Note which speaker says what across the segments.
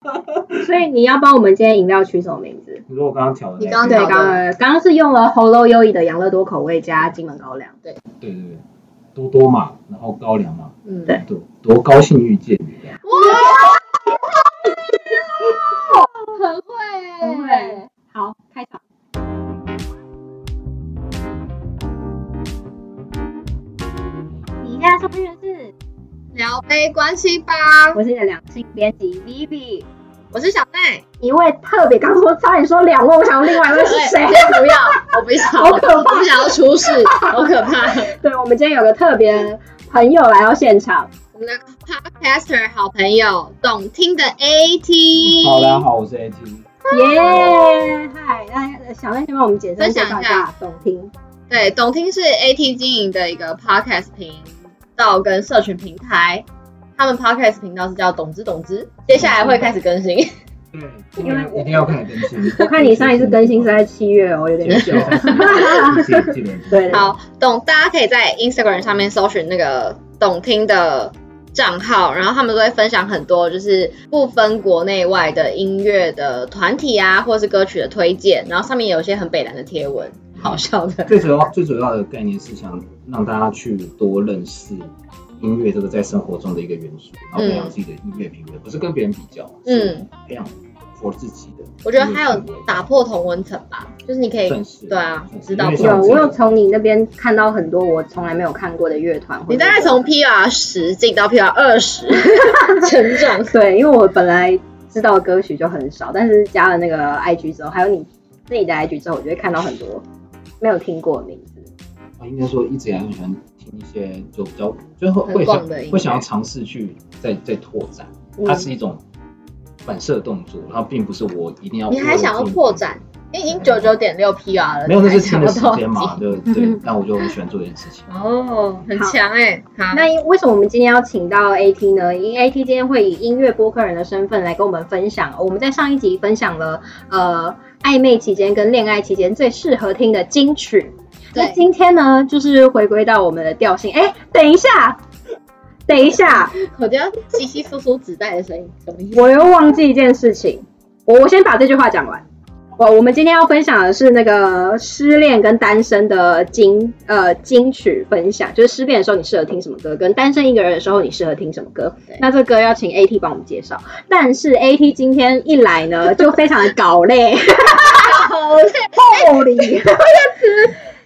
Speaker 1: 所以你要帮我们今天饮料取什么名字？
Speaker 2: 你说我刚刚调的那个，
Speaker 3: 你刚刚
Speaker 1: 对，
Speaker 3: 好
Speaker 1: 刚
Speaker 3: 的
Speaker 1: 刚刚刚是用了喉咙优怡的养乐多口味加金门高粱。
Speaker 2: 对对对，多多嘛，然后高粱嘛，
Speaker 3: 嗯，
Speaker 1: 对
Speaker 2: 对，多高兴遇见你这样。
Speaker 3: 很会，
Speaker 1: 很会。好，开场。以下收听的是，
Speaker 3: 聊杯关系吧，
Speaker 1: 我是你的两性编辑 Vivi，
Speaker 3: 我是小奈，
Speaker 1: 一位特别刚说差点说两位，我想另外一位是谁？
Speaker 3: 哎不要，我不想，
Speaker 1: 好可怕
Speaker 3: 我不想要出事，好可怕。
Speaker 1: 对，我们今天有个特别朋友来到现场，
Speaker 3: 我们的 podcaster 好朋友，懂听的 AT，
Speaker 2: 好，大家好，我是 AT。
Speaker 1: 耶！嗨，那小赖先帮我们简单介绍一
Speaker 3: 分享一
Speaker 1: 下董听。
Speaker 3: 对，懂听是 AT 经营的一个 podcast 频道跟社群平台。他们 podcast 频道是叫“懂之懂之”，接下来会开始更新。
Speaker 2: 对，今天一定要开始更新。
Speaker 1: 我看你上一次更新是在七月哦，有点久。
Speaker 2: 谢谢记得。
Speaker 1: 对，
Speaker 3: 好，懂大家可以在 Instagram 上面搜寻那个懂听的账号，然后他们都会分享很多就是不分国内外的音乐的团体啊，或是歌曲的推荐，然后上面有一些很北蓝的贴 文，好笑的。
Speaker 2: 最主要最主要的概念是想让大家去多认识音乐这个在生活中的一个元素，然后培养自己的音乐品味，不是跟别人比较，是
Speaker 3: 嗯，
Speaker 2: 培养 for 自己的。
Speaker 3: 我觉得还有打破同温层吧，就是你可以
Speaker 2: 算是
Speaker 3: 对啊
Speaker 2: 算是
Speaker 3: 知道
Speaker 2: 因为
Speaker 1: 有
Speaker 2: 像这
Speaker 1: 我
Speaker 2: 个
Speaker 1: 有从你那边看到很多我从来没有看过的乐团。
Speaker 3: 你大概从 PR 十进到 PR 二十， 成长。
Speaker 1: 对，因为我本来知道的歌曲就很少，但是加了那个 IG 之后，还有你自己的 IG 之后，我就会看到很多没有听过的名字。
Speaker 2: 我啊应该说一直以来很喜欢听一些就比较，最后会
Speaker 3: 很
Speaker 2: 想
Speaker 3: 广的音乐嗯
Speaker 2: 会想要尝试去再再拓展，
Speaker 1: 嗯
Speaker 2: 它是一种反射动作，然后并不是我一定要。
Speaker 3: 你还想要拓展？你已经九九点六 PR 了，
Speaker 2: 没有，那
Speaker 3: 你
Speaker 2: 是
Speaker 3: 还
Speaker 2: 听的
Speaker 3: 想要
Speaker 2: 时
Speaker 3: 多少
Speaker 2: 间嘛，
Speaker 3: 集。
Speaker 2: 对对。 但我就很喜欢做这件事情。
Speaker 3: 哦，很强哎、好，
Speaker 1: 那因为什么我们今天要请到 AT 呢？因为 AT 今天会以音乐播客人的身份来跟我们分享。我们在上一集分享了呃暧昧期间跟恋爱期间最适合听的金曲。
Speaker 3: 对
Speaker 1: 那今天呢，就是回归到我们的调性。哎，等一下，等一下，
Speaker 3: 我就要稀稀疏疏纸袋的声音，什么意思？
Speaker 1: 我又忘记一件事情。我我先把这句话讲完。我我们今天要分享的是那个失恋跟单身的金呃金曲分享，就是失恋的时候你适合听什么歌，跟单身一个人的时候你适合听什么歌
Speaker 3: 对。
Speaker 1: 那这个歌要请 AT 帮我们介绍，但是 AT 今天一来呢，就非常的搞累，
Speaker 3: 好 累，
Speaker 1: 暴力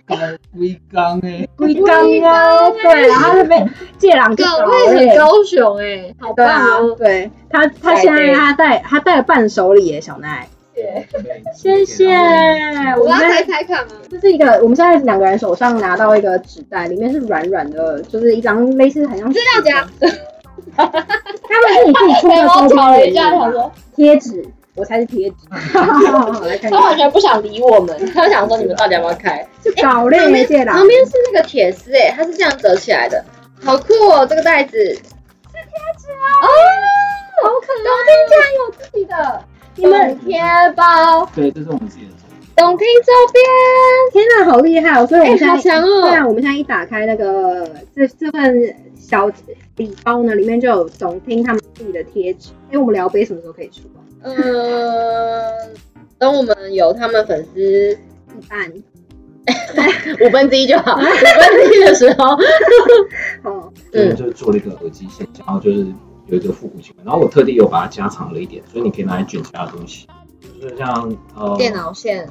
Speaker 2: 高微刚哎，
Speaker 1: 龟缸啊，对，然后那边借狼就
Speaker 3: 各
Speaker 1: 搞
Speaker 3: 位
Speaker 1: 累
Speaker 3: 很高雄哎、好
Speaker 1: 哦对
Speaker 3: 棒
Speaker 1: 啊
Speaker 3: 哦！，
Speaker 1: 对他他现在他带他带了伴手礼耶，小奈，谢谢，
Speaker 3: 我要
Speaker 1: 们
Speaker 3: 开开看啊吗？
Speaker 1: 这是一个，我们现在两个人手上拿到一个纸袋，里面是软软的，就是一张类似很像
Speaker 3: 就这样子
Speaker 1: 他们是你自己出的
Speaker 3: 啊，
Speaker 1: 周
Speaker 3: 我吵
Speaker 1: 边
Speaker 3: 了
Speaker 1: 而
Speaker 3: 一
Speaker 1: 已
Speaker 3: 架，
Speaker 1: 吗
Speaker 3: 想说
Speaker 1: 贴纸，我才是贴 纸。好来看
Speaker 3: 他完
Speaker 1: 看，
Speaker 3: 全不想理我们， 他想说你们到底要不要开？
Speaker 1: 就搞累那些啦
Speaker 3: 哎旁。边是那个铁丝哎，它是这样折起来的，好酷哦！这个袋子是贴纸啊，哦，好可爱！董听竟然有自己的
Speaker 1: 你们
Speaker 3: 懂贴包、
Speaker 2: 对，这是我们自己的作品。
Speaker 3: 董听周边，
Speaker 1: 天哪，好厉害哦！所以我们现在、
Speaker 3: 哎好强哦
Speaker 1: 对啊，我们现在一打开那个这这份小礼包呢，里面就有总听他们自己的贴纸。哎，我们聊杯什么时候可以出啊？
Speaker 3: 嗯，等我们有他们粉丝
Speaker 1: 一半
Speaker 3: 五分之一 就好，五分之一的时候，
Speaker 1: 哦，
Speaker 2: 对，我
Speaker 3: 嗯
Speaker 2: 们就做了一个耳机线，然后就是有一个复古气氛，然后我特地有把它加长了一点，所以你可以拿来卷其他的东西，就是像呃
Speaker 3: 电脑线，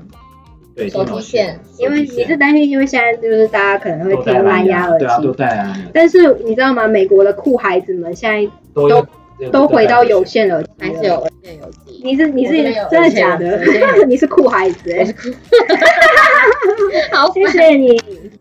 Speaker 2: 对
Speaker 3: 手机线，
Speaker 1: 因为你是担心，因为现在就是大家可能会
Speaker 2: 都
Speaker 1: 听
Speaker 2: 带蓝
Speaker 1: 牙
Speaker 2: 牙，
Speaker 1: 耳
Speaker 2: 对啊，
Speaker 1: 机
Speaker 2: 都，带蓝牙，
Speaker 1: 但是你知道吗？美国的酷孩子们现在
Speaker 2: 都
Speaker 1: 都
Speaker 2: 有
Speaker 1: 都回到有。线耳机
Speaker 3: 还是
Speaker 1: 了。
Speaker 3: 有线有机。
Speaker 1: 你是你是
Speaker 3: 我这边有
Speaker 1: 真的假的
Speaker 3: 我这边？
Speaker 1: 你是酷孩子哎、
Speaker 3: 好
Speaker 1: 谢谢 你，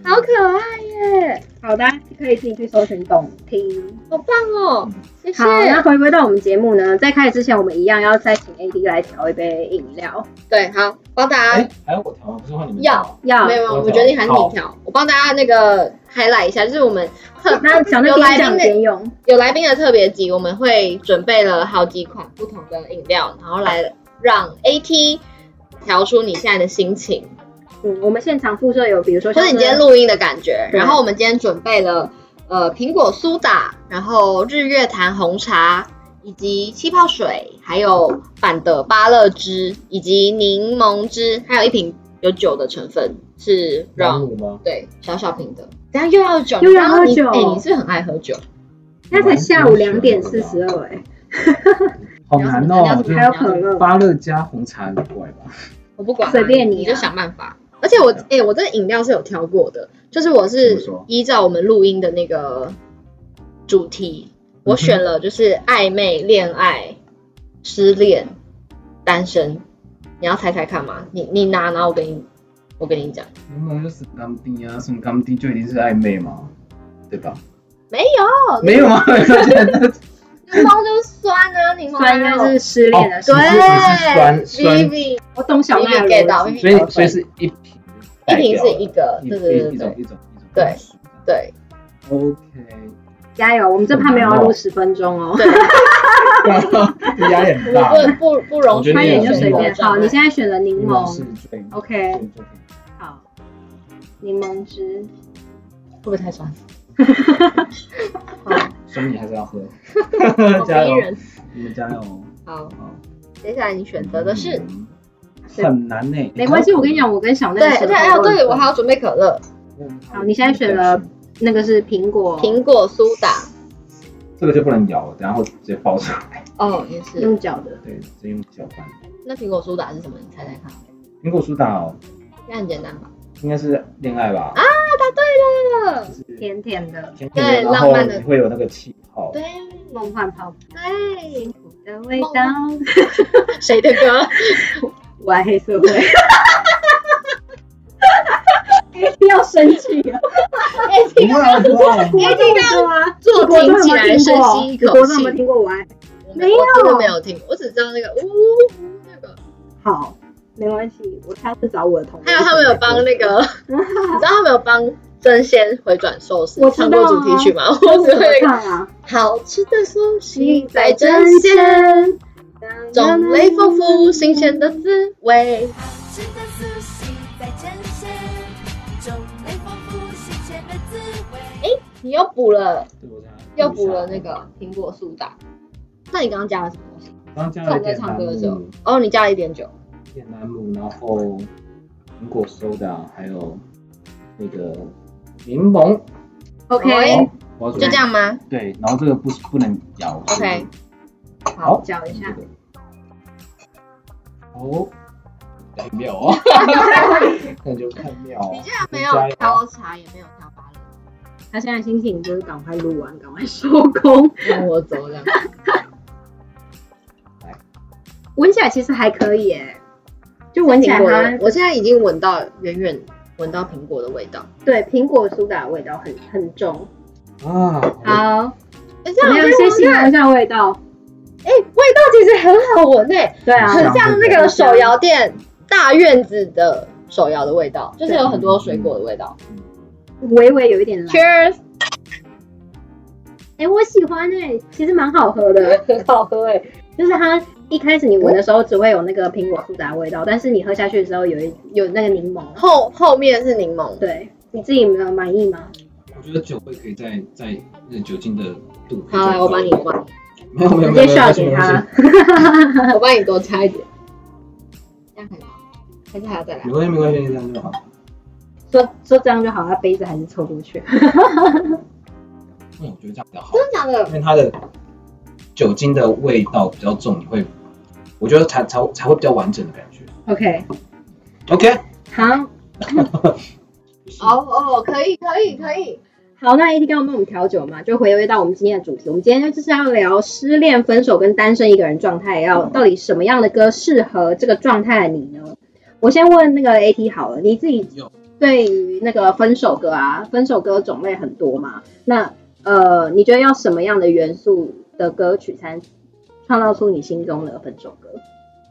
Speaker 3: 好可爱耶，
Speaker 1: 好的，可以自己去搜寻懂听。
Speaker 3: 好棒哦！谢谢
Speaker 1: 好，。那回归到我们节目呢，在开始之前，我们一样要再请 AD 来调一杯饮料，
Speaker 3: 对，好，帮大家
Speaker 2: 哎，还有我调吗？不是换你们
Speaker 3: 要
Speaker 2: 调吗。
Speaker 1: 要
Speaker 3: 没有，没有，我决定还是你调。我帮大家那个 highlight 一下，就是我们特
Speaker 1: 那小那
Speaker 3: 有来
Speaker 1: 边
Speaker 3: 宾
Speaker 1: 讲
Speaker 3: 的
Speaker 1: 边用，
Speaker 3: 有来宾的特别集，我们会准备了好几款不同的饮料，然后来让 AT 调出你现在的心情，
Speaker 1: 嗯，我们现场附设有，比如说
Speaker 3: 或者
Speaker 1: 像是
Speaker 3: 你今天录音的感觉。
Speaker 1: 嗯对
Speaker 3: 然后我们今天准备了呃苹果苏打，然后日月潭红茶，以及气泡水，还有版的芭乐汁以及柠檬汁，还有一瓶有酒的成分是
Speaker 2: 软
Speaker 3: rum，
Speaker 2: 乳吗？
Speaker 3: 对，小小瓶的。等一下又要酒，
Speaker 1: 又要喝
Speaker 3: 你知道你
Speaker 1: 酒
Speaker 3: 哎、你是很爱喝酒，
Speaker 1: 那才下午两点四十二哎，
Speaker 2: 好难
Speaker 3: 然
Speaker 2: 哦这
Speaker 3: 后，对
Speaker 1: 还有可乐，
Speaker 2: 芭乐加红茶很怪吧？
Speaker 3: 我不管啊、
Speaker 1: 随便
Speaker 3: 你，
Speaker 1: 你啊
Speaker 3: 就想办法。而且我哎、我这饮料是有挑过的，就是我
Speaker 2: 啊怎么
Speaker 3: 是
Speaker 2: 说
Speaker 3: 依照我们录音的那个主题，我
Speaker 2: 嗯哼
Speaker 3: 选了就是暧昧、恋爱、失恋、单身。你要猜猜看吗？你你拿，然后我给你，我跟你讲，
Speaker 2: 柠檬就是甘滴啊，什么甘滴就一定是暧昧嘛，对吧？
Speaker 3: 没 有，
Speaker 2: 没有啊，
Speaker 3: 柠檬就是酸啊，柠檬
Speaker 1: 酸应该是失恋的
Speaker 2: 哦
Speaker 1: 时
Speaker 3: 对
Speaker 1: 候，
Speaker 2: 只是酸酸
Speaker 3: ，Vivi
Speaker 1: 我懂小
Speaker 3: 你
Speaker 1: 麦
Speaker 3: 也
Speaker 1: 的
Speaker 3: get 到
Speaker 1: 逻辑。
Speaker 2: 所以所以是一瓶
Speaker 3: 一
Speaker 2: 代表
Speaker 3: 瓶是一个，
Speaker 2: 一
Speaker 3: 对对
Speaker 2: 一
Speaker 3: 对
Speaker 2: 一种一
Speaker 3: 对
Speaker 2: 种一种
Speaker 3: 对对
Speaker 2: OK，
Speaker 1: 加油，我们这趴没有要录十分钟哦，
Speaker 3: 对，
Speaker 2: 压力很大。
Speaker 3: 不不不不容
Speaker 2: 我
Speaker 3: 许
Speaker 2: 觉
Speaker 1: 差点
Speaker 2: 得你
Speaker 3: 有
Speaker 2: 也
Speaker 1: 就随
Speaker 3: 任何
Speaker 1: 便。
Speaker 3: 障碍
Speaker 1: 好，你现在选了柠
Speaker 2: 柠檬是
Speaker 1: 檬
Speaker 2: 最最
Speaker 1: ，OK，
Speaker 2: 最
Speaker 1: 好，柠檬汁，
Speaker 3: 会不会太酸？，
Speaker 1: 好，
Speaker 2: 所以你还是要喝加
Speaker 3: 逼
Speaker 2: 油，
Speaker 3: 人。
Speaker 2: 你们加油哦。
Speaker 3: 好，
Speaker 2: 好
Speaker 3: 接下来你选择的是，
Speaker 2: 嗯很难呢，
Speaker 1: 没关系，我跟你讲，我跟小奈
Speaker 3: 对
Speaker 1: 舌头
Speaker 3: 对，还有
Speaker 1: 都很
Speaker 3: 对我
Speaker 1: 笨
Speaker 3: 还要准备可乐，
Speaker 2: 嗯，
Speaker 1: 好你现在选了那个是苹果，
Speaker 3: 苹果苏打。
Speaker 2: 这个就不能咬了，然后直接包出来，
Speaker 3: 哦，也是。
Speaker 1: 用脚的，
Speaker 2: 对，直接用搅拌。
Speaker 3: 那苹果苏打是什么？你猜猜看，
Speaker 2: 苹果苏打哦
Speaker 3: 应该很简单吧？
Speaker 2: 应该是恋爱吧？啊，就是
Speaker 1: 甜
Speaker 2: 甜
Speaker 1: 甜的，
Speaker 2: 甜
Speaker 3: 对
Speaker 2: 的，然
Speaker 3: 浪
Speaker 2: 后
Speaker 3: 漫的
Speaker 2: 你会有那个气泡。
Speaker 3: 对
Speaker 1: 梦幻泡泡
Speaker 3: 对，
Speaker 1: 的味道，
Speaker 3: 谁的歌？
Speaker 1: 我爱黑社会。要生气啊！
Speaker 3: 哎，
Speaker 2: 不会啊，不会啊，
Speaker 1: 国中的吗？
Speaker 3: 坐
Speaker 1: 国中
Speaker 3: 挺
Speaker 1: 有没有
Speaker 3: 起来，
Speaker 1: 听
Speaker 3: 深
Speaker 1: 过？
Speaker 3: 吸一口
Speaker 1: 国中有没有
Speaker 3: 气。
Speaker 1: 听过我爱？
Speaker 3: 我没有，我真的没有听，我只知道那个呜呜那个。
Speaker 1: 好，没关系，我下次找我的同学。
Speaker 3: 还有他们有帮那个，你知道他们有帮真仙回转寿司
Speaker 1: 我知道
Speaker 3: 唱
Speaker 1: 啊
Speaker 3: 过主题曲吗？ 我
Speaker 1: 我
Speaker 3: 只
Speaker 1: 怎么
Speaker 3: 会那个
Speaker 1: 唱啊？
Speaker 3: 好吃的苏西在真仙，
Speaker 1: 鲜，
Speaker 3: 种类丰富，新鲜的滋味。
Speaker 4: 吃的苏西在针线，种类丰富，新鲜的滋味。
Speaker 3: 你又补了，
Speaker 2: 对我想要啊
Speaker 3: 又补了那个苹果苏打。那你刚刚加了什么东西？
Speaker 2: 刚刚加
Speaker 3: 在我
Speaker 2: 了
Speaker 3: 们在
Speaker 2: 点
Speaker 3: 唱
Speaker 2: 南
Speaker 3: 歌的时候
Speaker 2: 乳，，
Speaker 3: 哦，你加了一点酒，
Speaker 2: 点南乳，然后苹果苏打，还有那个柠檬。
Speaker 1: OK，
Speaker 2: 好我要
Speaker 3: 就
Speaker 2: 准备
Speaker 3: 这样吗？
Speaker 2: 对，然后这个不不能咬。
Speaker 3: OK
Speaker 2: 好，
Speaker 1: 搅一下
Speaker 2: 这。个。哦，太妙 哦！那就太妙哦。
Speaker 3: 你竟然没有
Speaker 2: 加油
Speaker 3: 挑茶，也没有挑 芭乐，
Speaker 1: 他现在心情就是赶快录完，赶快收工。
Speaker 3: 让我走 了。
Speaker 1: 闻起来其实还可以诶，就闻起来
Speaker 3: 苹果的
Speaker 1: 它，
Speaker 3: 我现在已经闻到远远闻到苹果的味道。
Speaker 1: 对苹果苏打的味道很很重。
Speaker 2: 啊！好，
Speaker 1: 好，
Speaker 3: 等一
Speaker 1: 怎
Speaker 3: 下，
Speaker 1: 么
Speaker 3: 哎我
Speaker 1: 样？
Speaker 3: 先
Speaker 1: 先形
Speaker 3: 闻
Speaker 1: 容一下味道。
Speaker 3: 哎、味道其实很好闻诶、
Speaker 1: 对啊，
Speaker 3: 很像那个手摇店大院子的手摇的味道，就是有很多水果的味道。
Speaker 1: 微微有一点辣。
Speaker 3: Cheers，
Speaker 1: 哎，我喜欢哎，其实蛮好喝 欸的，
Speaker 3: 很好喝哎、
Speaker 1: 就是它。一开始你闻的时候只会有那个苹果苏打的味道，但是你喝下去的时候有一有那个柠檬，
Speaker 3: 后后面是柠檬，
Speaker 1: 对你自己没有满意吗？
Speaker 2: 我觉得酒会可以在在那酒精的度。
Speaker 3: 好，啊来我帮你。灌，
Speaker 2: 没有没有
Speaker 1: 直
Speaker 2: 没
Speaker 1: 接
Speaker 2: 有，没有
Speaker 1: 笑给。
Speaker 2: 没
Speaker 1: 他
Speaker 2: 有。
Speaker 3: 我帮你多加一点，这样可以吗？还是还要再来
Speaker 2: 没？关系没关系，这样就好。
Speaker 1: 说说这样就好，他杯子还是凑出去。
Speaker 2: 嗯，我觉得这样比较好，
Speaker 3: 真的假的
Speaker 2: 因？为它的酒精的味道比较重，你会，我觉得才才才会比较完整的感觉。
Speaker 1: OK，
Speaker 2: OK，
Speaker 1: 好
Speaker 3: 哦哦，可以可以可以，
Speaker 1: 好，那 AT 刚刚帮我们调酒嘛，就回归到我们今天的主题。我们今天就是要聊失恋、分手跟单身一个人状态，要到底什么样的歌适合这个状态的你呢？我先问那个 AT 好了，你自己
Speaker 2: 有
Speaker 1: 对于那个分手歌啊，分手歌种类很多嘛，那呃，你觉得要什么样的元素的歌曲才能创造出你心中的分手歌？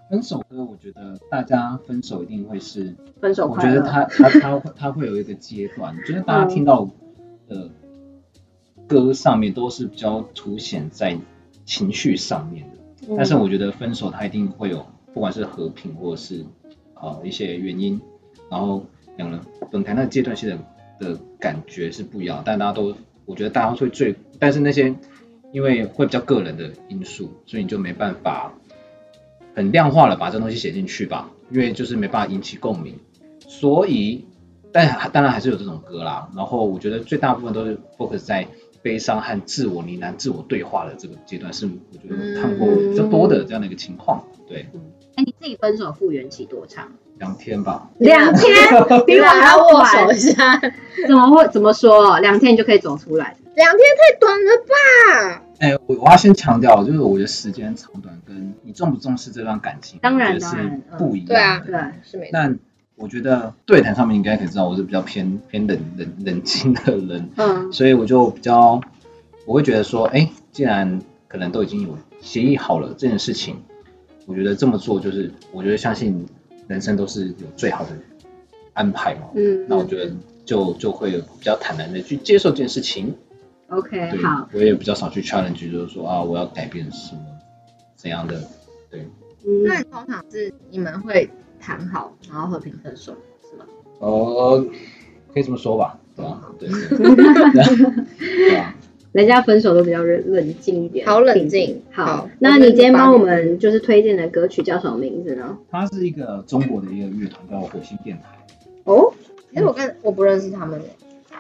Speaker 2: 分手歌，我觉得大家分手一定会是，
Speaker 1: 分手
Speaker 2: 我
Speaker 1: 快乐，
Speaker 2: 觉得他他他会他会有一个阶段，就是大家听到的歌上面都是比较凸显在情绪上面的，
Speaker 1: 嗯
Speaker 2: 但是我觉得分手它一定会有，不管是和平或者是呃一些原因，然后两人分开那个阶段性的的感觉是不一样的，但大家都我觉得大家会最，但是那些因为会比较个人的因素，所以你就没办法。很量化了把这东西写进去吧，因为就是没办法引起共鸣，所以但当然还是有这种歌啦。然后我觉得最大部分都是 focus 在悲伤和自我呢喃、自我对话的这个阶段，是我觉得看过
Speaker 5: 嗯
Speaker 2: 比较多的这样的一个情况。对，
Speaker 5: 哎，你自己分手复原期多长？
Speaker 2: 两天吧，
Speaker 1: 两天比我还要
Speaker 3: 握手
Speaker 1: 短
Speaker 3: 一，下，
Speaker 5: 怎么会怎么说？两天你就可以走出来？
Speaker 3: 两天太短了吧？
Speaker 2: 哎、我我要先强调，就是我觉得时间长短跟你重不重视这段感情，
Speaker 5: 当然
Speaker 2: 我觉得
Speaker 5: 当然
Speaker 2: 是
Speaker 5: 嗯
Speaker 2: 不一样的。
Speaker 3: 对啊
Speaker 5: 对，
Speaker 3: 是没错，
Speaker 2: 那我觉得对谈上面应该可以知道，我是比较偏偏冷冷冷静的人，
Speaker 5: 嗯，
Speaker 2: 所以我就比较，我会觉得说，哎，既然可能都已经有协议好了这件事情，我觉得这么做就是，我觉得相信人生都是有最好的安排嘛。
Speaker 5: 嗯
Speaker 2: 那我觉得就就会比较坦然的去接受这件事情。
Speaker 5: OK，
Speaker 2: 对
Speaker 5: 好，，
Speaker 2: 我也比较少去 challenge，就是说啊，我要改变什么怎样的。
Speaker 3: 那
Speaker 5: 嗯，
Speaker 3: 你通常是你们会谈好，然后和平分手，是吗？
Speaker 2: 呃，可以这么说吧，对吧、对对对对啊。
Speaker 5: 人家分手都比较冷冷静一点，
Speaker 3: 好冷静
Speaker 5: 好，
Speaker 3: 好
Speaker 5: 那你今天帮我们就是推荐的歌曲叫什么名字呢？
Speaker 2: 它是一个中国的一个乐团，叫火星电台。
Speaker 5: 哦，
Speaker 3: 其实我跟我不认识他们耶，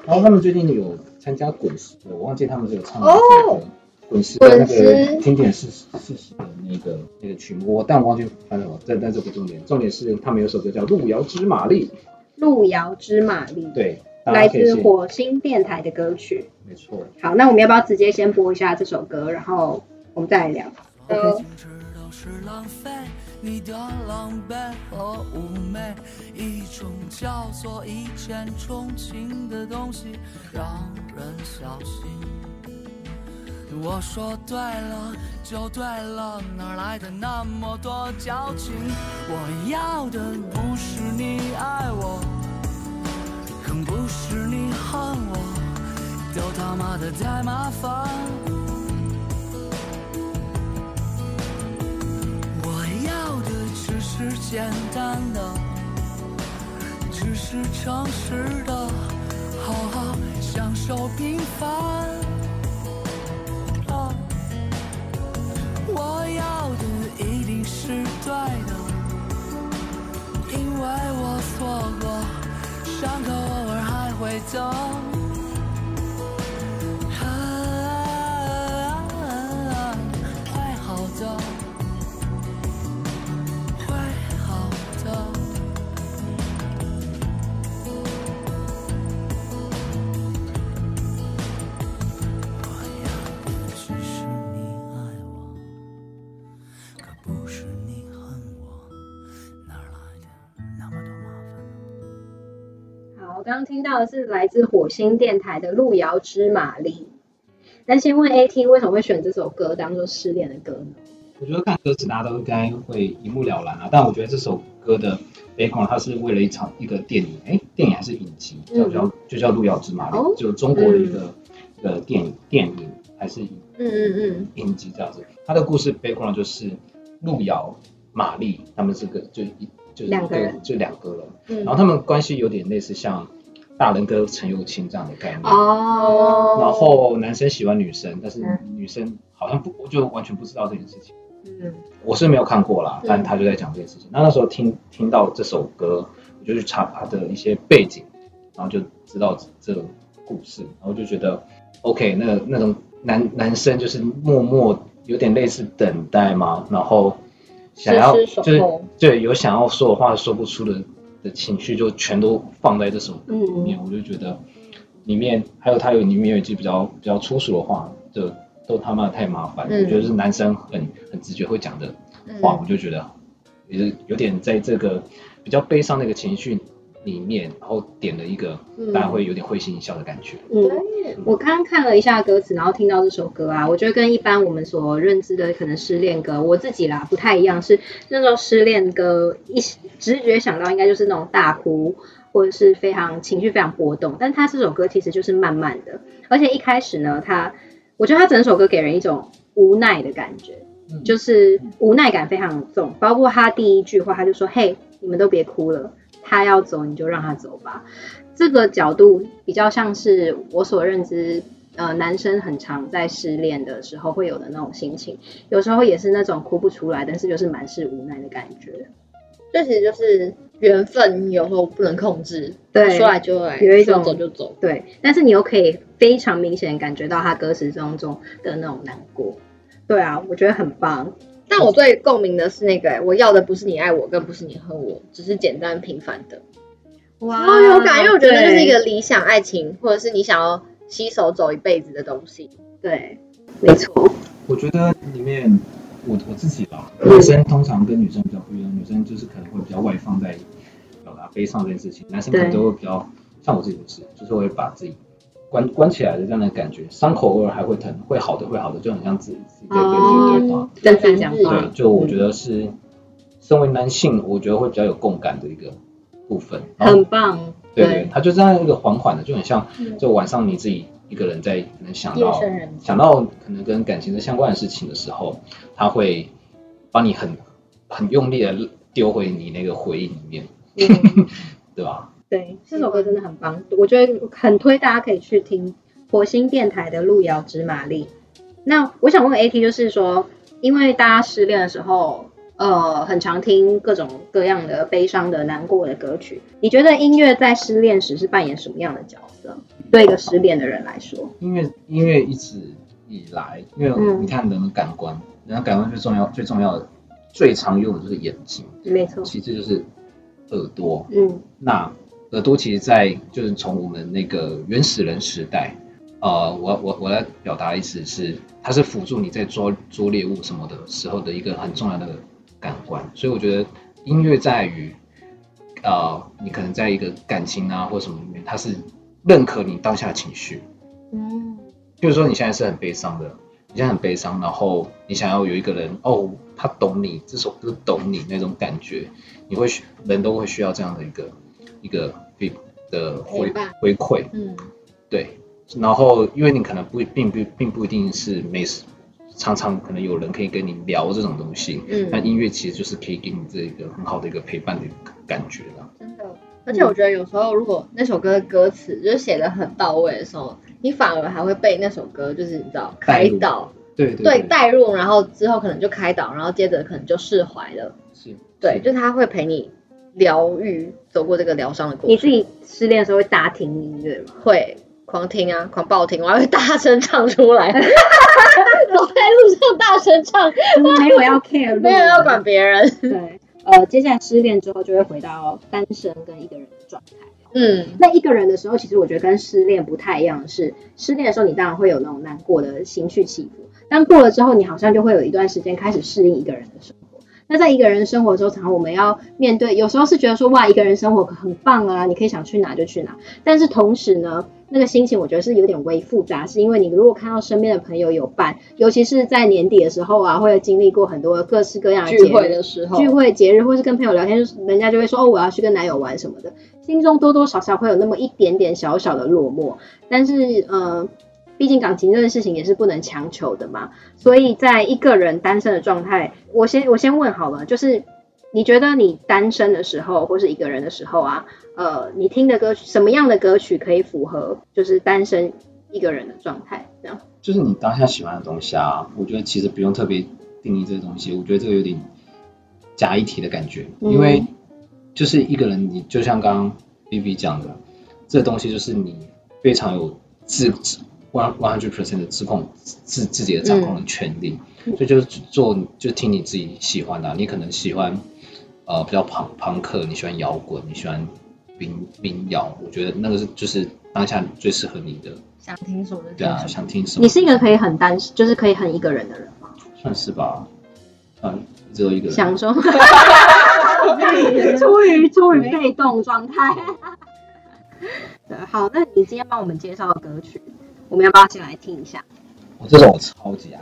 Speaker 2: 然后他哦们最近有参加滚石，我忘记他们是有唱
Speaker 3: 哦
Speaker 2: 那个滚石的那
Speaker 3: 滚石
Speaker 2: 个经典事事实的那个那个曲目，我但我忘记翻了，但但这不重点，重点是他们有首歌叫《路遥知马力
Speaker 1: 路遥知马力》，，
Speaker 2: 对，大
Speaker 1: 来
Speaker 2: 家可以
Speaker 1: 自
Speaker 2: 去，
Speaker 1: 火星电台的歌曲。
Speaker 2: 没错，
Speaker 1: 好，那我们要不要直接先播一下这首歌，然后我们再来聊？
Speaker 3: 呃
Speaker 6: 坚持都是浪费，你的狼狈和妩媚，一种叫做一见钟情的东西，让人小心。我说对了就对了，哪来的那么多矫情？我要的不是你爱我，更不是你恨我，都他妈的太麻烦。我要的只是简单的，只是诚实的，好好享受平凡。啊我要的一定是对的，因为我错过，啊伤口偶尔还会疼。啊会好的。会好的。我要的只是你爱我，可不是你恨我，哪儿来的那么多麻烦？
Speaker 1: 好，我刚刚听到的是来自火星电台的《路遥知马力》。那先问 AT 为什么会选这首歌当做失恋的歌呢？
Speaker 2: 我觉得看歌词大家都应该会一目了然啊，但我觉得这首歌的 background 它是为了一场一个电影，哎，电影还是影集，叫叫、就叫《路遥知马力》
Speaker 1: 哦
Speaker 2: 就是中国的一个、一个电影电影还是影
Speaker 3: 嗯嗯
Speaker 2: 影集这样子。它的故事 background 就是路遥、马力他们是个就一就是一
Speaker 1: 两个人
Speaker 2: 就两个人，
Speaker 3: 嗯
Speaker 2: 然后他们关系有点类似像大人跟陈友清这样的概
Speaker 5: 嗯
Speaker 2: 念。
Speaker 1: 哦
Speaker 2: 然后男生喜欢女生，但是女生好像不就完全不知道这件事情。
Speaker 3: 嗯
Speaker 2: 我是没有看过啦
Speaker 3: 嗯，
Speaker 2: 但他就在讲这件事情。那那时候听听到这首歌，我就去查他的一些背景，然后就知道这个故事，然后就觉得 OK，那那种男男生就是默默有点类似等待嘛，然后想要
Speaker 3: 是是守候
Speaker 2: 就是对有想要说的话说不出的的情绪，就全都放在这首歌
Speaker 5: 嗯
Speaker 2: 里面。我就觉得里面还有他有里面有一句比较比较粗俗的话，就都他妈的太麻烦。
Speaker 3: 嗯
Speaker 2: 我觉得是男生很很直觉会讲的
Speaker 3: 嗯
Speaker 2: 话，我就觉得也是有点在这个比较悲伤的一个情绪里面，然后点了一个
Speaker 3: 嗯
Speaker 2: 大家会有点会心一笑的感觉。
Speaker 1: 嗯，我刚刚看了一下歌词，然后听到这首歌啊，我觉得跟一般我们所认知的可能失恋歌，我自己啦不太一样，是那时候失恋歌一直觉想到应该就是那种大哭。或者是非常情绪非常波动，但他这首歌其实就是慢慢的，而且一开始呢，他我觉得他整首歌给人一种无奈的感觉，
Speaker 2: 嗯
Speaker 1: 就是无奈感非常重。包括他第一句话，他就说：“嘿，你们都别哭了，他要走你就让他走吧。”这个角度比较像是我所认知，呃男生很常在失恋的时候会有的那种心情，有时候也是那种哭不出来，但是就是满是无奈的感觉，
Speaker 3: 这其实就是缘分，你有时候不能控制，
Speaker 1: 对
Speaker 3: 说来就来，
Speaker 1: 有一
Speaker 3: 说
Speaker 1: 种
Speaker 3: 走就走。
Speaker 1: 对，但是你又可以非常明显地感觉到他歌词当中的那种难过，对啊，我觉得很棒，
Speaker 3: 但我最共鸣的是那个、欸我要的不是你爱我，更不是你恨我，只是简单平凡的，啊
Speaker 1: 哇
Speaker 3: 超哦有感，因为我觉得这就是一个理想爱情，或者是你想要携手走一辈子的东西。
Speaker 1: 对，没错，
Speaker 2: 我觉得里面我我自己吧，男生通常跟女生比较不一样，女生就是可能会比较外放在表达悲伤这件事情，男生可能都会比较像我自己就是，就是会把自己关关起来的这样的感觉，伤口偶尔还会疼，会好的会好的，就很像自己自己在跟自己对话。
Speaker 1: 跟自己讲话，
Speaker 2: 对，就我觉得是身为男性，我觉得会比较有共感的一个部分。然后
Speaker 1: 很棒，
Speaker 2: 对
Speaker 1: 对
Speaker 2: 对，它就这样一个缓缓的，就很像就晚上你自己一个人在可能想
Speaker 3: 夜
Speaker 2: 到
Speaker 3: 深人静
Speaker 2: 想到可能跟感情的相关的事情的时候，它会把你很很用力的丢回你那个回忆里面，对吧？
Speaker 1: 对，这首歌真的很棒，我觉得很推大家可以去听火星电台的《路遥知马力》。那我想问 AT，就是说，因为大家失恋的时候，呃，很常听各种各样的悲伤的、难过的歌曲，你觉得音乐在失恋时是扮演什么样的角色？对一个失恋的人来说，
Speaker 2: 音乐音乐一直以来，因为
Speaker 1: 嗯
Speaker 2: 你看人的感官，人的感官最重要最重要的最常用的就是眼睛，
Speaker 1: 没错，
Speaker 2: 其次就是耳朵，
Speaker 1: 嗯，
Speaker 2: 那耳朵其实在，就是从我们那个原始人时代，呃，我我我来表达的意思是，它是辅助你在捉捉猎物什么的时候的一个很重要的感官。所以我觉得音乐在于，呃，你可能在一个感情啊或什么里面，它是认可你当下的情绪。嗯，就是说你现在是很悲伤的，你现在很悲伤，然后你想要有一个人哦，他懂你，这首歌懂你那种感觉，你会需人都会需要这样的一个一个 feed 的回
Speaker 3: 陪伴
Speaker 2: 回馈，
Speaker 3: 嗯，
Speaker 2: 对。然后因为你可能不并不并不一定是每时常常可能有人可以跟你聊这种东西，
Speaker 3: 嗯
Speaker 2: 那音乐其实就是可以给你这一个很好的一个陪伴的一个感觉啦。
Speaker 3: 真的。而且我觉得有时候，如果那首歌的歌词就是写的很到位的时候，你反而还会被那首歌就是你知道
Speaker 2: 带
Speaker 3: 开
Speaker 2: 入
Speaker 3: 导，
Speaker 2: 对对
Speaker 3: 对，带入，然后之后可能就开导，然后接着可能就释怀了。
Speaker 2: 是，
Speaker 3: 对，就是他会陪你疗愈，走过这个疗伤的过程。
Speaker 1: 你自己失恋的时候会大听音乐 吗？
Speaker 3: 会狂听啊，狂暴听，我还会大声唱出 来，走在路上大声唱，
Speaker 1: 没有要 care，
Speaker 3: 没有人要管别人。
Speaker 1: 对，呃，接下来失恋之后就会回到单身跟一个人的状态。
Speaker 3: 嗯，
Speaker 1: 那一个人的时候，其实我觉得跟失恋不太一样的是，失恋的时候你当然会有那种难过的情绪起伏，但过了之后，你好像就会有一段时间开始适应一个人的生活。那在一个人生活中，常常我们要面对，有时候是觉得说哇，一个人生活很棒啊，你可以想去哪就去哪，但是同时呢，那个心情我觉得是有点微复杂，是因为你如果看到身边的朋友有伴，尤其是在年底的时候啊，会经历过很多各式各样的节
Speaker 3: 聚
Speaker 1: 日
Speaker 3: 会的时候，
Speaker 1: 聚会、节日，或是跟朋友聊天，就是人家就会说哦，我要去跟男友玩什么的，心中多多少少会有那么一点点小小的落寞。但是，呃，毕竟感情这件事情也是不能强求的嘛，所以在一个人单身的状态，我先我先问好了，就是你觉得你单身的时候，或是一个人的时候啊，呃，你听的歌曲什么样的歌曲可以符合就是单身一个人的状态？这样，
Speaker 2: 就是你当下喜欢的东西啊，我觉得其实不用特别定义这个东西，我觉得这个有点假议题的感觉，
Speaker 1: 嗯
Speaker 2: 因为就是一个人，你就像刚刚 B B 讲的，这东西就是你非常有自 one one hundred percent 的自控自自己的掌
Speaker 1: 嗯
Speaker 2: 控的权利，所以就是做就听你自己喜欢的啊、你可能喜欢呃比较朋朋克，你喜欢摇滚，你喜欢民民谣，我觉得那个是就是当下最适合你的，
Speaker 3: 想听什么就听
Speaker 2: 对啊，
Speaker 3: 什么。
Speaker 2: 想听什么。
Speaker 1: 你是一个可以很单，就是可以很一个人的人吗？
Speaker 2: 算是吧，嗯，只有一个人。
Speaker 1: 享 受。出于出于被动状态。 对，好，那你今天帮我们介绍的歌曲，我们要不要先来听一下？
Speaker 2: 我这首我超级爱，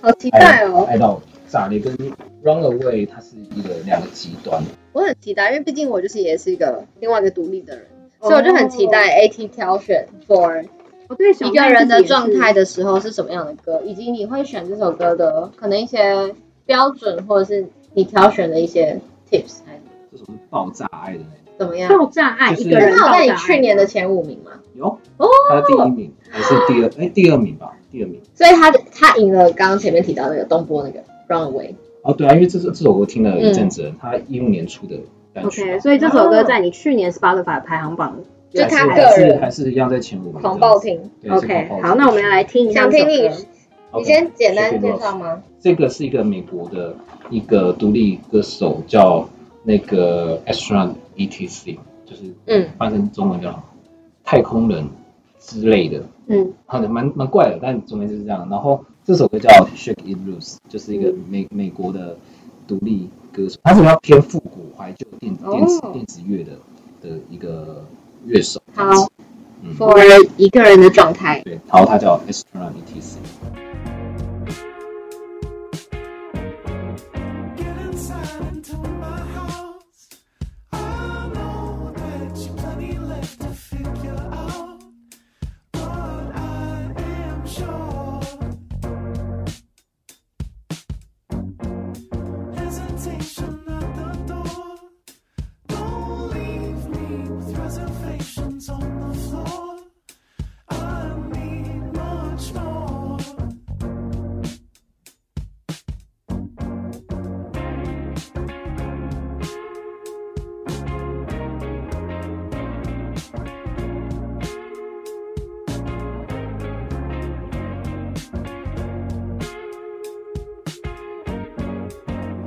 Speaker 3: 好期
Speaker 2: 爱
Speaker 3: 待哦！
Speaker 2: 爱到炸裂，跟 Runaway 它是一个两个极端。
Speaker 3: 我很期待，因为毕竟我就是也是一个另外一个独立的人，所以我就很期待 AT 挑选 for
Speaker 1: 我对小
Speaker 3: 一个人的状态
Speaker 1: 的
Speaker 3: 的时候是什么样的歌，以及你会选这首歌的可能一些标准，或者是你挑选的一些 tips 还是。
Speaker 2: 这首是爆炸爱的那种，
Speaker 3: 怎么样？
Speaker 1: 爆炸爱
Speaker 2: 就是
Speaker 1: 一个
Speaker 3: 那
Speaker 1: 人
Speaker 3: 他
Speaker 1: 爆炸
Speaker 3: 有
Speaker 1: 爱，
Speaker 3: 在你去年的前五名吗？
Speaker 2: 有，
Speaker 3: 哦
Speaker 2: 他是第一名还是第二？哎，第二名吧，第二名。
Speaker 3: 所以他他赢了刚刚前面提到那个东波那个 Runaway，
Speaker 2: 哦，对啊，因为这首这首歌听了一阵子了，他一六年出的单曲吧。
Speaker 1: OK，所以这首歌在你去年 Spotify 排行榜。
Speaker 3: 就
Speaker 2: 还是
Speaker 3: 他
Speaker 2: 还
Speaker 3: 个
Speaker 2: 是
Speaker 3: 人
Speaker 2: 还是一样在前五名。
Speaker 3: 狂暴听。
Speaker 2: 对是
Speaker 1: OK，
Speaker 2: 狂暴
Speaker 1: 好，那我们来听一下
Speaker 3: 想
Speaker 1: 这首
Speaker 3: 听
Speaker 1: 歌。
Speaker 3: 你，你
Speaker 2: OK，
Speaker 3: 先简单
Speaker 2: Shake It
Speaker 3: 介
Speaker 2: Off
Speaker 3: 绍吗？
Speaker 2: 这个是一个美国的一个独立歌手，叫那个 Astronaut ETC，就是
Speaker 3: 嗯
Speaker 2: 翻成中文叫太空人之类的，
Speaker 1: 嗯，
Speaker 2: 好像蛮蛮怪的，但中文就是这样。然后这首歌叫 Shake It Loose，就是一个
Speaker 1: 嗯
Speaker 2: 美美国的独立歌手，他是比较偏复古怀旧电
Speaker 1: 哦
Speaker 2: 电子电子乐的的一个乐手。
Speaker 1: 好
Speaker 2: 嗯，
Speaker 1: ，For 一个人的状态。
Speaker 2: 对，然后他叫 Astronaut E ETC。
Speaker 6: Get inside into my house. I know that you plenty left to figure out, but I am sure. Hesitation at the door. Don't leave me with reservations on the floor. I need much more.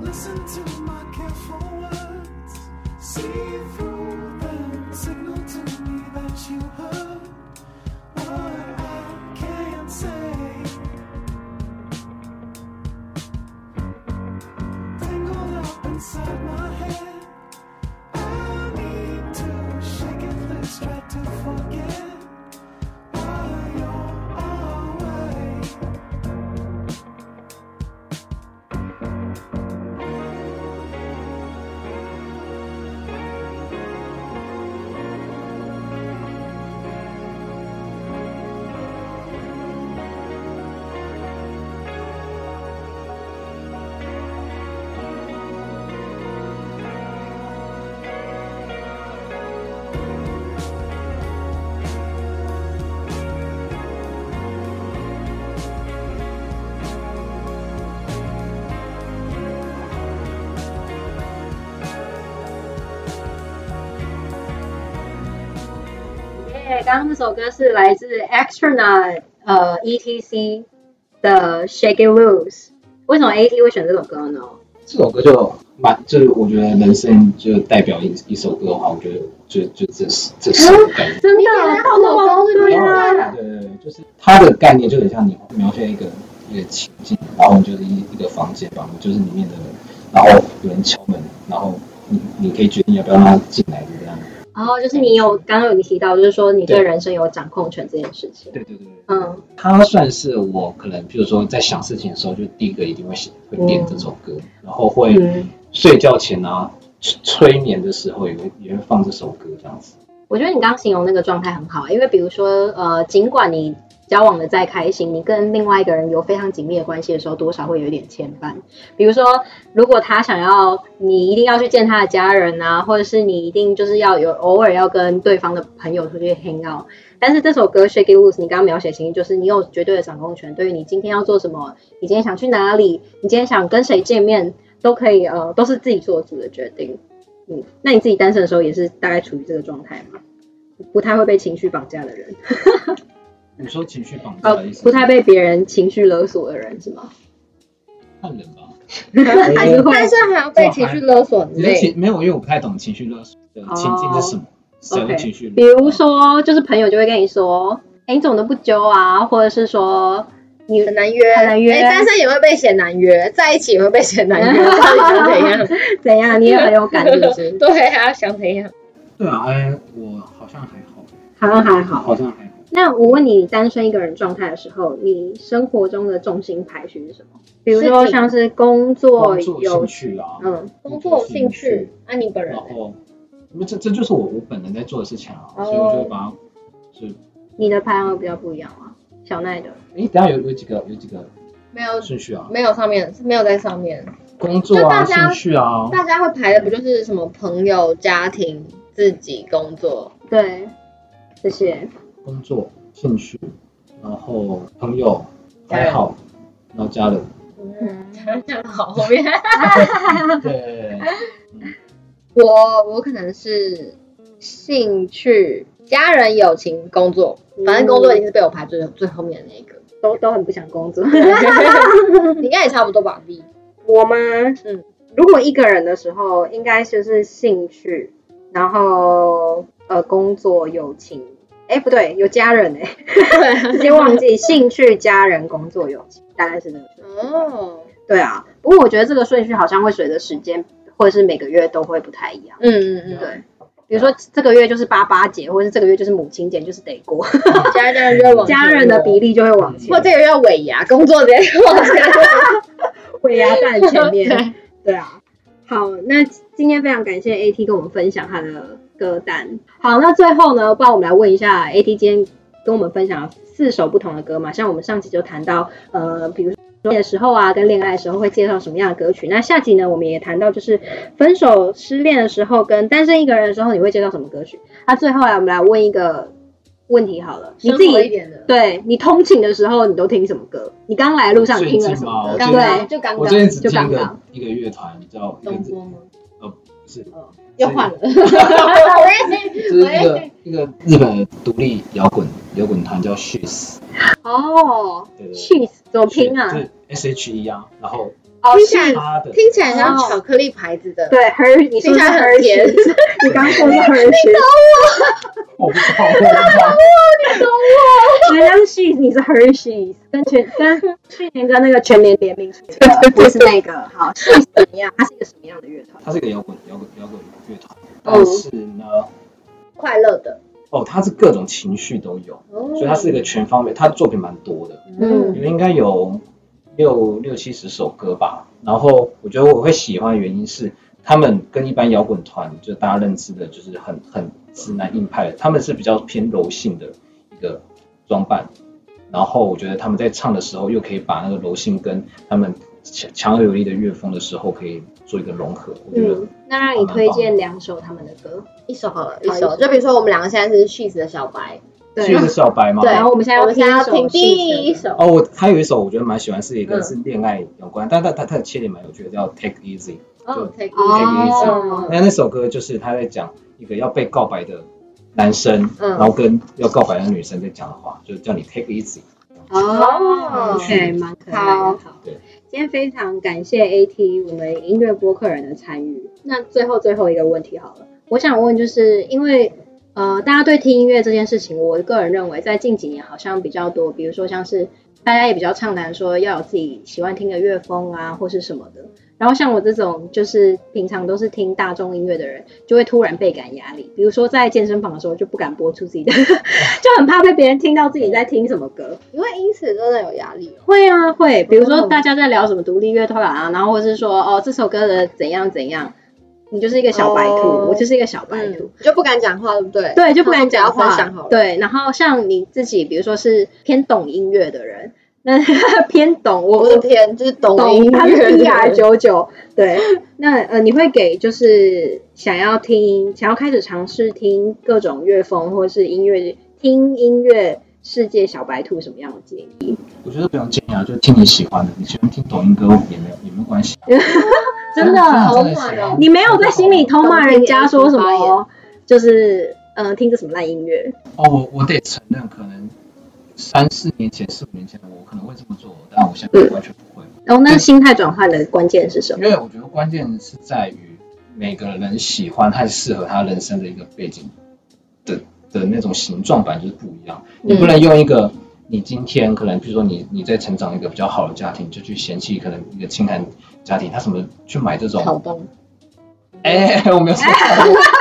Speaker 6: Listen to my careful words. See through them. Signal to me that you heard what I can't say. Tangled up inside my head. I need to shake it loose. Try to forget why you're away.
Speaker 1: 耶，刚刚那首歌是来自 Astronaut 呃 ETC 的 Shake It Loose。为什么 AT 会选这首歌呢？
Speaker 2: 这首歌就蛮，就是我觉得人生就代表一一首歌的话，我觉得就就这是这是
Speaker 1: 啊
Speaker 2: 感觉。
Speaker 1: 真
Speaker 3: 你
Speaker 1: 的
Speaker 3: 点了，
Speaker 1: 到那么
Speaker 3: 这首歌
Speaker 1: 对
Speaker 3: 是
Speaker 1: 啊，
Speaker 2: 对对对，就是它的概念就很像你描写一个一个情境，然后就是一一个房间吧，就是里面的人，然后有人敲门，然后你你可以决定要不要让他进来的这样。
Speaker 1: 然后就是你有刚刚有你提到，就是说你对人生有掌控权这件事情。
Speaker 2: 对对对对，
Speaker 1: 嗯，
Speaker 2: 它算是我可能，比如说在想事情的时候，就第一个一定会写会点这首歌，然后会
Speaker 1: 嗯
Speaker 2: 睡觉前啊催催眠的时候也会也会放这首歌这样子。
Speaker 1: 我觉得你刚刚形容那个状态很好，因为比如说呃，尽管你交往的再开心，你跟另外一个人有非常紧密的关系的时候，多少会有一点牵绊。比如说，如果他想要你一定要去见他的家人啊，或者是你一定就是要有偶尔要跟对方的朋友出去 hang out。但是这首歌《Shake It Loose》，你刚刚描写的情境就是你有绝对的掌控权，对于你今天要做什么，你今天想去哪里，你今天想跟谁见面，都可以呃，都是自己做主的决定。嗯，那你自己单身的时候也是大概处于这个状态吗？不太会被情绪绑架的人，
Speaker 2: 你说情绪绑架
Speaker 1: 呃
Speaker 2: 的意思，？
Speaker 1: 不太被别人情绪勒索的人是吗？
Speaker 2: 看人 吧。
Speaker 1: 还是会
Speaker 3: 但是还要被情绪勒索，很
Speaker 2: 你的
Speaker 3: 累。
Speaker 2: 情没有，因为我不太懂情绪勒索的情境
Speaker 3: 哦
Speaker 2: 是什么，谁会
Speaker 1: OK
Speaker 2: 情绪勒索？
Speaker 1: 比如说，就是朋友就会跟你说：“哎、你怎么都不揪啊？”或者是 说你
Speaker 3: 很难约，
Speaker 1: 很难约
Speaker 3: 哎单身也会被嫌难约，在一起也会被嫌难 约，到底想怎样？
Speaker 1: 怎样，你也很有感，是不 是？
Speaker 3: 对啊，想怎样？
Speaker 2: 对啊，哎，我好像还好，
Speaker 1: 好像还好。
Speaker 2: 好像还好。
Speaker 1: 那我问你，单身一个人状态的时候，你生活中的重心排序是什么？比如说
Speaker 3: 事情
Speaker 1: 像是工作、
Speaker 2: 工作兴
Speaker 1: 友
Speaker 2: 趣啊，
Speaker 1: 嗯，
Speaker 3: 工作、兴趣，，哦那啊你本人
Speaker 2: 然
Speaker 3: 呢？
Speaker 2: 后，那这这就是我我本人在做的事情啊，所以
Speaker 3: 哦
Speaker 2: 我就会把它，就
Speaker 1: 你的排行比较不一样啊。小奈的，
Speaker 2: 哎，等一下有有几个有几个
Speaker 3: 没有，
Speaker 2: 顺序啊，
Speaker 3: 没有上面，没有在上面。
Speaker 2: 工作
Speaker 3: 就大
Speaker 2: 啊，
Speaker 3: 家
Speaker 2: 兴趣啊，
Speaker 3: 大家会排的不就是什么朋友、家庭、自自己工作，
Speaker 1: 对，这些
Speaker 2: 工作、兴趣，然后朋友
Speaker 3: 家人
Speaker 2: 还好，然后家 人，
Speaker 3: 讲好后面。
Speaker 2: 对，
Speaker 3: 我我可能是兴趣、家人、友情、工作，反正工作一定是被我排最最后面的那一个。
Speaker 1: 都都很不想工作。
Speaker 3: 你应该也差不多吧？B，
Speaker 1: 我吗？
Speaker 3: 嗯
Speaker 1: 嗯，如果一个人的时候，应该就是兴趣，然后呃，工作、友情。哎，不对，有家人哎、 直接忘记兴趣、家人、工作、友情，大概是这个顺序。
Speaker 3: 哦，
Speaker 1: 对啊，不过我觉得这个顺序好像会随着时间，或者是每个月都会不太一样。
Speaker 3: 嗯嗯
Speaker 1: 对，比如说这个月就是八八节，或者是这个月就是母亲节，就是得过，
Speaker 3: 嗯，家家人就会往 前
Speaker 1: 家人的
Speaker 3: 挪
Speaker 1: 比例就会往前
Speaker 3: 或，这个要尾牙，工作直接往下
Speaker 1: 会压在前面。
Speaker 3: 对
Speaker 1: 对啊，好，那今天非常感谢 AT 跟我们分享他的歌单。好，那最后呢，不然我们来问一下 AT 今天跟我们分享了四首不同的歌嘛？像我们上集就谈到，呃，比如说恋爱的时候啊，跟恋爱的时候会介绍什么样的歌曲？那下集呢，我们也谈到就是分手、失恋的时候，跟单身一个人的时候，你会介绍什么歌曲？那、最后来，我们来问一个问题好了，你自
Speaker 3: 生活一
Speaker 1: 己。
Speaker 3: 点的。
Speaker 1: 对你通勤的时候，你都听什么歌？你刚来路上你听了什么歌？
Speaker 2: 最
Speaker 3: 刚
Speaker 2: 近啊
Speaker 3: 刚
Speaker 1: 对，
Speaker 3: 就刚
Speaker 2: 我
Speaker 3: 刚
Speaker 2: 最近只
Speaker 1: 就
Speaker 2: 听一
Speaker 1: 刚
Speaker 2: 个
Speaker 1: 刚
Speaker 2: 一个乐团叫一个
Speaker 3: 东
Speaker 2: 字，
Speaker 3: 坡吗？
Speaker 2: 不是，
Speaker 3: 又换了，
Speaker 2: 就是一个一个日本的独立摇滚摇滚团叫 She's，
Speaker 1: 哦
Speaker 2: 对对对
Speaker 1: ，cheese 怎么拼啊
Speaker 2: 就？是 S H E 啊，然后
Speaker 1: 哦
Speaker 3: 听起来
Speaker 2: 他的
Speaker 3: 听起来像巧克力牌子
Speaker 2: 哦
Speaker 3: 的，
Speaker 1: 对，her，你
Speaker 3: 听
Speaker 1: 说是
Speaker 3: 起来很甜
Speaker 1: Hershey，你 刚说是 Hershey，
Speaker 2: 哦我不知道，我不知道
Speaker 1: 人家是 she，你是 Hershey，跟全跟去年跟那个全联联名出的， 不是那个。好，she 是怎么样？它是一个什么样的乐团？
Speaker 2: 它是一个摇滚摇滚摇滚乐团，但是呢，
Speaker 3: 快乐的，
Speaker 2: 哦，它是各种情绪都有，
Speaker 3: 所
Speaker 2: 所以它是一个全方位，它作品蛮多的，
Speaker 1: 嗯
Speaker 2: 因为应该有六六七十首歌吧。然后我觉得我会喜欢的原因是，他们跟一般摇滚团就大家认知的，就是很很直男硬派的，他们是比较偏柔性的一个装扮。然后我觉得他们在唱的时候，又可以把那个柔性跟他们强强而有力的乐风的时候，可以做一个融合。我觉得
Speaker 1: 嗯，那让你推荐两首他们的歌。
Speaker 3: 一首好了，一
Speaker 1: 好
Speaker 3: 首。
Speaker 1: 一首
Speaker 3: 就比如说我们两个现在是 Cheese 的小白，
Speaker 2: 是一个小白吗？
Speaker 3: 对
Speaker 1: 然后我们现在
Speaker 3: 我
Speaker 1: 要
Speaker 3: 们现在要
Speaker 1: 听
Speaker 3: 听第一首，
Speaker 2: 哦，我还有一首我觉得蛮喜欢，是一
Speaker 3: 嗯
Speaker 2: 个是恋爱有关，但但它它的切点蛮有趣的，叫 Take 嗯 Easy。
Speaker 3: 哦，Take It
Speaker 2: 可以理解
Speaker 1: 哦，
Speaker 2: 那那首歌就是他在讲一个要被告白的男生，
Speaker 3: 嗯
Speaker 2: 然后跟要告白的女生在讲的话，就是叫你 take it easy。
Speaker 1: 哦，OK，蛮可爱的。
Speaker 3: 好
Speaker 1: 好
Speaker 2: 对，
Speaker 1: 今天非常感谢 AT 我们音乐播客人的参与。那最后最后一个问题好了，我想问就是因为呃，大家对听音乐这件事情，我个人认为在近几年好像比较多，比如说像是大家也比较畅谈说要有自己喜欢听的乐风啊，或是什么的。然后像我这种就是平常都是听大众音乐的人，就会突然倍感压力。比如说在健身房的时候，就不敢播出自己的， 就很怕被别人听到自己在听什么歌。
Speaker 3: 你会因此真的有压力哦。
Speaker 1: 会啊，会。比如说
Speaker 3: 哦
Speaker 1: 大家在聊什么独立乐团啊，然后或是说哦这首歌的怎样怎样，你就是一个小白兔，
Speaker 3: 哦
Speaker 1: 我就是一个小白兔。
Speaker 3: 嗯，就不敢讲话，对不对？
Speaker 1: 对，就不敢讲
Speaker 3: 好
Speaker 1: 话
Speaker 3: 分享好。了。
Speaker 1: 对，然后像你自己，比如说是偏懂音乐的人， 那偏懂我
Speaker 3: 我的天，就是懂音
Speaker 1: 懂他是
Speaker 3: 乐
Speaker 1: P R 九九，对。那呃，你会给就是想要听、想要开始尝试听各种乐风或是音乐、听音乐世界小白兔什么样的建议？
Speaker 2: 我觉得不用惊讶，就听你喜欢的，你喜欢听抖音歌也没有也没有关系。啊
Speaker 1: 真的，哦
Speaker 2: 真的喜欢
Speaker 1: 你没有在心里偷骂人家说什
Speaker 3: 懂听 AT
Speaker 1: 么，就是嗯、呃听着什么烂音乐，
Speaker 2: 哦，我我得承认，可能三四年前、四五年前我可能会这么做，但我现在
Speaker 1: 嗯
Speaker 2: 完全不会，
Speaker 1: 然后那心态转换的关键是什么？
Speaker 2: 因为我觉得关键是在于每个人喜欢和适合他人生的一个背景的的那种形状版就是不一样。你不能用一个你今天可能，比如说你你在成长一个比较好的家庭，就去嫌弃可能一个清寒家庭，他什么去买这
Speaker 3: 草
Speaker 2: 种？
Speaker 3: 东，
Speaker 2: 哎、我没有说，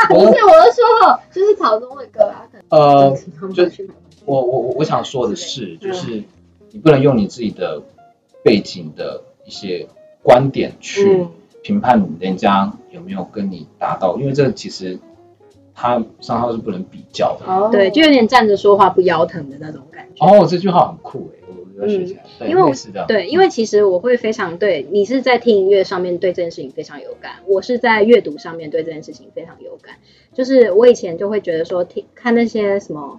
Speaker 3: 不
Speaker 2: 我
Speaker 3: 是，我是说，就是草东的歌啊，
Speaker 2: 呃，
Speaker 3: 他们
Speaker 2: 就
Speaker 3: 去买。
Speaker 2: 我我我我想说的是，就是你不能用你自己的背景的一些观点去评判人家有没有跟你达到，因为这其实他上号是不能比较的。
Speaker 3: 哦
Speaker 1: 对，就有点站着说话不腰疼的那种感觉。
Speaker 2: 哦，这句话很酷哎、我歌学起来，对，
Speaker 1: 因为
Speaker 2: 类似这样，嗯
Speaker 1: 对，因为其实我会非常对你是在听音乐上面对这件事情非常有感，我是在阅读上面对这件事情非常有感。就是我以前就会觉得说，听看那些什么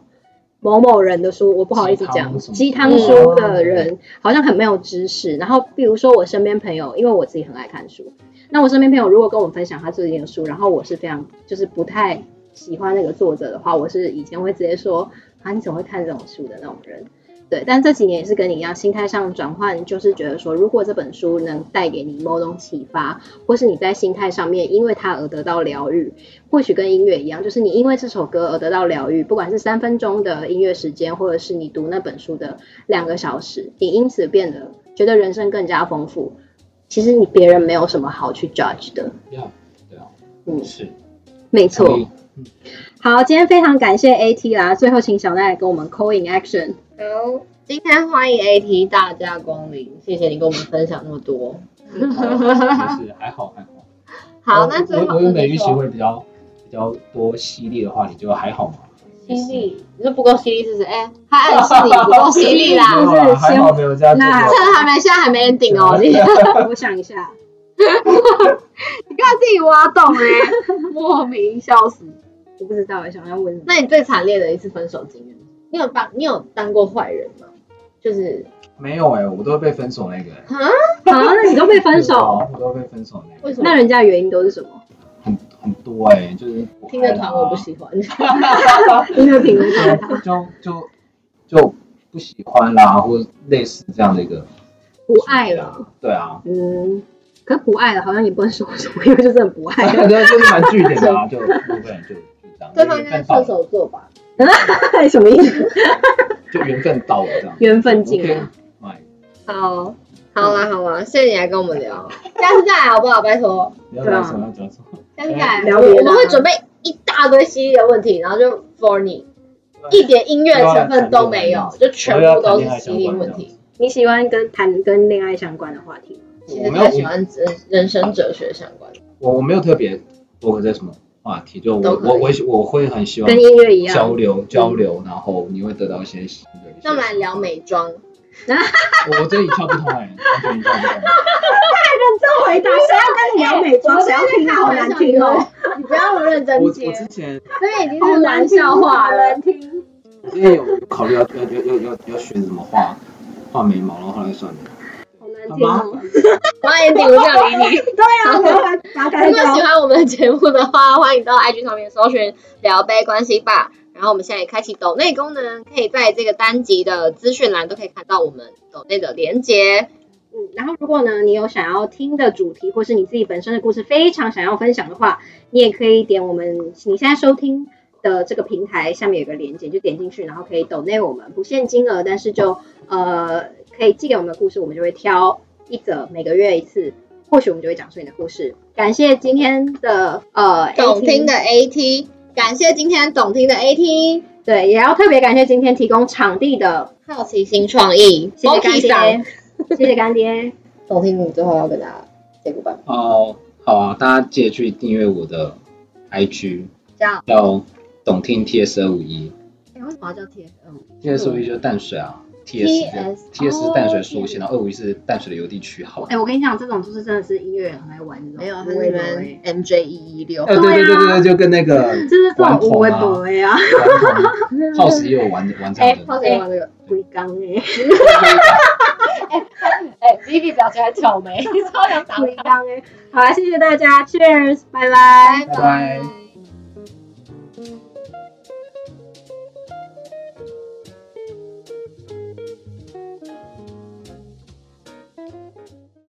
Speaker 1: 某某人的书，我嗯不好意思讲鸡
Speaker 2: 鸡
Speaker 1: 汤
Speaker 2: 汤
Speaker 3: 什
Speaker 1: 书
Speaker 3: 么
Speaker 1: 的人，好像很没有知识。然后比如说我身边朋友，因为我自己很爱看书，那我身边朋友如果跟我分享他最近的书，然后我是非常就是不太喜欢那个作者的话，我是以前会直接说啊，你怎么会看这种书的那种人？对，但这几年也是跟你一样，心态上转换，就是觉得说，如果这本书能带给你某种启发，或是你在心态上面因为它而得到疗愈，或许跟音乐一样，就是你因为这首歌而得到疗愈，不管是三分钟的音乐时间，或者是你读那本书的两个小时，你因此变得觉得人生更加丰富。其实你别人没有什么好去 judge 的，
Speaker 2: Yeah，对啊，
Speaker 1: 嗯
Speaker 2: 是，
Speaker 1: 没
Speaker 2: 所
Speaker 1: 错
Speaker 2: 以。
Speaker 1: 好，今天非常感谢 AT 啦，最后请小奈来跟我们 call in action。
Speaker 3: 好，今天欢迎 AT 大驾光临，谢谢你跟我们分享那么多。
Speaker 2: 就是还好还好。
Speaker 3: 好，
Speaker 2: 我
Speaker 3: 那最
Speaker 2: 哦我
Speaker 3: 后
Speaker 2: 我原本
Speaker 3: 你
Speaker 2: 预期
Speaker 3: 说
Speaker 2: 会比较比较多犀利的话题，就还好嘛。，
Speaker 3: 犀利，你说不够犀利是不是？哎、他暗示你不够犀利啦
Speaker 2: 没有啦还好没有这样子。
Speaker 1: 那
Speaker 3: 趁还没现在还没 ending 哦，你
Speaker 1: 我想一下，
Speaker 3: 你看自己挖洞哎、莫名笑死。
Speaker 1: 我不知道想要问什么。
Speaker 3: 那你最惨烈的一次分手经验，你有当你有当过坏人吗？就是
Speaker 2: 没有哎，我都被分手那个。哎
Speaker 1: 好，那你都被分
Speaker 2: 对
Speaker 1: 手，
Speaker 2: 啊我都被分手那
Speaker 3: 为
Speaker 2: 个，
Speaker 3: 什么？
Speaker 1: 那人家原因都是什么？
Speaker 2: 很很多哎，就是我
Speaker 3: 听着团我不喜欢，
Speaker 1: 音乐评论
Speaker 2: 爱啦，就就就不喜欢啦，或者类似这样的一个。
Speaker 1: 不爱了，。
Speaker 2: 对啊，
Speaker 1: 嗯，可不爱了，好像也不能说什么，因为就是很不 爱了。
Speaker 2: 对，就是蛮据点的啊，就部分就就这样。
Speaker 3: 对方应该
Speaker 2: 缘
Speaker 3: 是
Speaker 2: 分到
Speaker 3: 射
Speaker 2: 了
Speaker 3: 手座吧？
Speaker 1: 什么意思？
Speaker 2: 就缘分到了这样。
Speaker 1: 缘分尽了。
Speaker 2: OK，买哎
Speaker 3: 好，好啦好啦，谢谢你来跟我们聊， 下次再来好不好？拜托，
Speaker 2: 你要讲什么要讲什么。
Speaker 3: 下次再来，
Speaker 1: 聊
Speaker 3: 我
Speaker 1: 别的
Speaker 3: 我们会准备一大堆犀利的问题，然后就 for 你，一点音乐的成分都没有，就
Speaker 2: 啊
Speaker 3: 全部都是犀利问题。
Speaker 1: 你喜欢跟谈跟恋爱相关的话题吗？
Speaker 3: 其
Speaker 2: 我
Speaker 3: 实
Speaker 2: 没有
Speaker 3: 太喜欢人人生哲学相关的，
Speaker 2: 我我没有特别 focus 在什么话题，就
Speaker 3: 都
Speaker 2: 我
Speaker 3: 可以
Speaker 2: 我我我会很希望
Speaker 1: 跟音乐一样。
Speaker 2: 交流交流，然后你会得到一些新的一些。
Speaker 3: 那我们来聊美妆。
Speaker 2: 我我这里跳不通哎、完全跳不通。
Speaker 1: 这回答谁要跟你聊美妆？谁要听好难听哦，，
Speaker 3: 你不要认真
Speaker 2: 我我
Speaker 3: 接，
Speaker 2: 之前
Speaker 3: 这已经是玩
Speaker 1: 哦
Speaker 3: 笑话了。
Speaker 1: 听。
Speaker 2: 我之前有考虑要要要要要要选什么画画眉毛，然后后来算了。
Speaker 1: 好难听哦！
Speaker 3: 我要 ending，我不想理 你。
Speaker 1: 对啊，我要把它
Speaker 3: 如
Speaker 1: 改
Speaker 3: 果喜
Speaker 1: 掉。
Speaker 3: 欢我们的节目的话，欢迎到 IG 上面搜寻“聊杯关系吧”。然后我们现在也开启抖内功能，可以在这个单集的资讯栏都可以看到我们抖内的连接。
Speaker 1: 嗯，然后如果呢，你有想要听的主题，或是你自己本身的故事非常想要分享的话，你也可以点我们你现在收听的这个平台下面有个链接，就点进去，然后可以抖内我们，不限金额，但是就呃可以寄给我们的故事，我们就会挑一则，每个月一次，或许我们就会讲述你的故事。感谢今天的呃
Speaker 3: 懂听的
Speaker 1: AT
Speaker 3: AT，感谢今天懂听的 AT，
Speaker 1: 对，也要特别感谢今天提供场地的，
Speaker 3: 好奇心创意，
Speaker 1: 谢谢干
Speaker 3: Monkey 桑。
Speaker 1: 爹，谢谢干爹，
Speaker 3: 懂听，你最后要跟大家 say goodbye，
Speaker 2: 哦，好啊，大家记得去订阅我的 IG，
Speaker 3: 这样。
Speaker 2: 叫懂听 TS 二五一
Speaker 3: 哎，为什么要叫 TS？
Speaker 2: ，TS 二五一就是淡水啊。T
Speaker 3: TS
Speaker 2: S T S
Speaker 3: 哦
Speaker 2: 淡水缩写，
Speaker 3: TS
Speaker 2: 然后二五一是淡水的邮地区号。
Speaker 1: 哎、我跟你讲，这种就是真的是音乐人很爱玩这种，
Speaker 3: 没有，他
Speaker 1: 无微博
Speaker 3: 是跟
Speaker 1: 欸
Speaker 3: MJ 一一 E 六。
Speaker 2: 呃，对对对对对，就跟那个
Speaker 1: 就是这种无微博欸啊，
Speaker 2: 顽童耗时也有玩玩这样的，
Speaker 1: 哎
Speaker 3: 好喜欢这个。
Speaker 1: 龟缸哎，
Speaker 3: 哎，Vivi 表情还挑眉，超想打
Speaker 1: 欸啊龟缸哎，好啦，谢谢大家，Cheers，拜拜。
Speaker 2: 拜拜。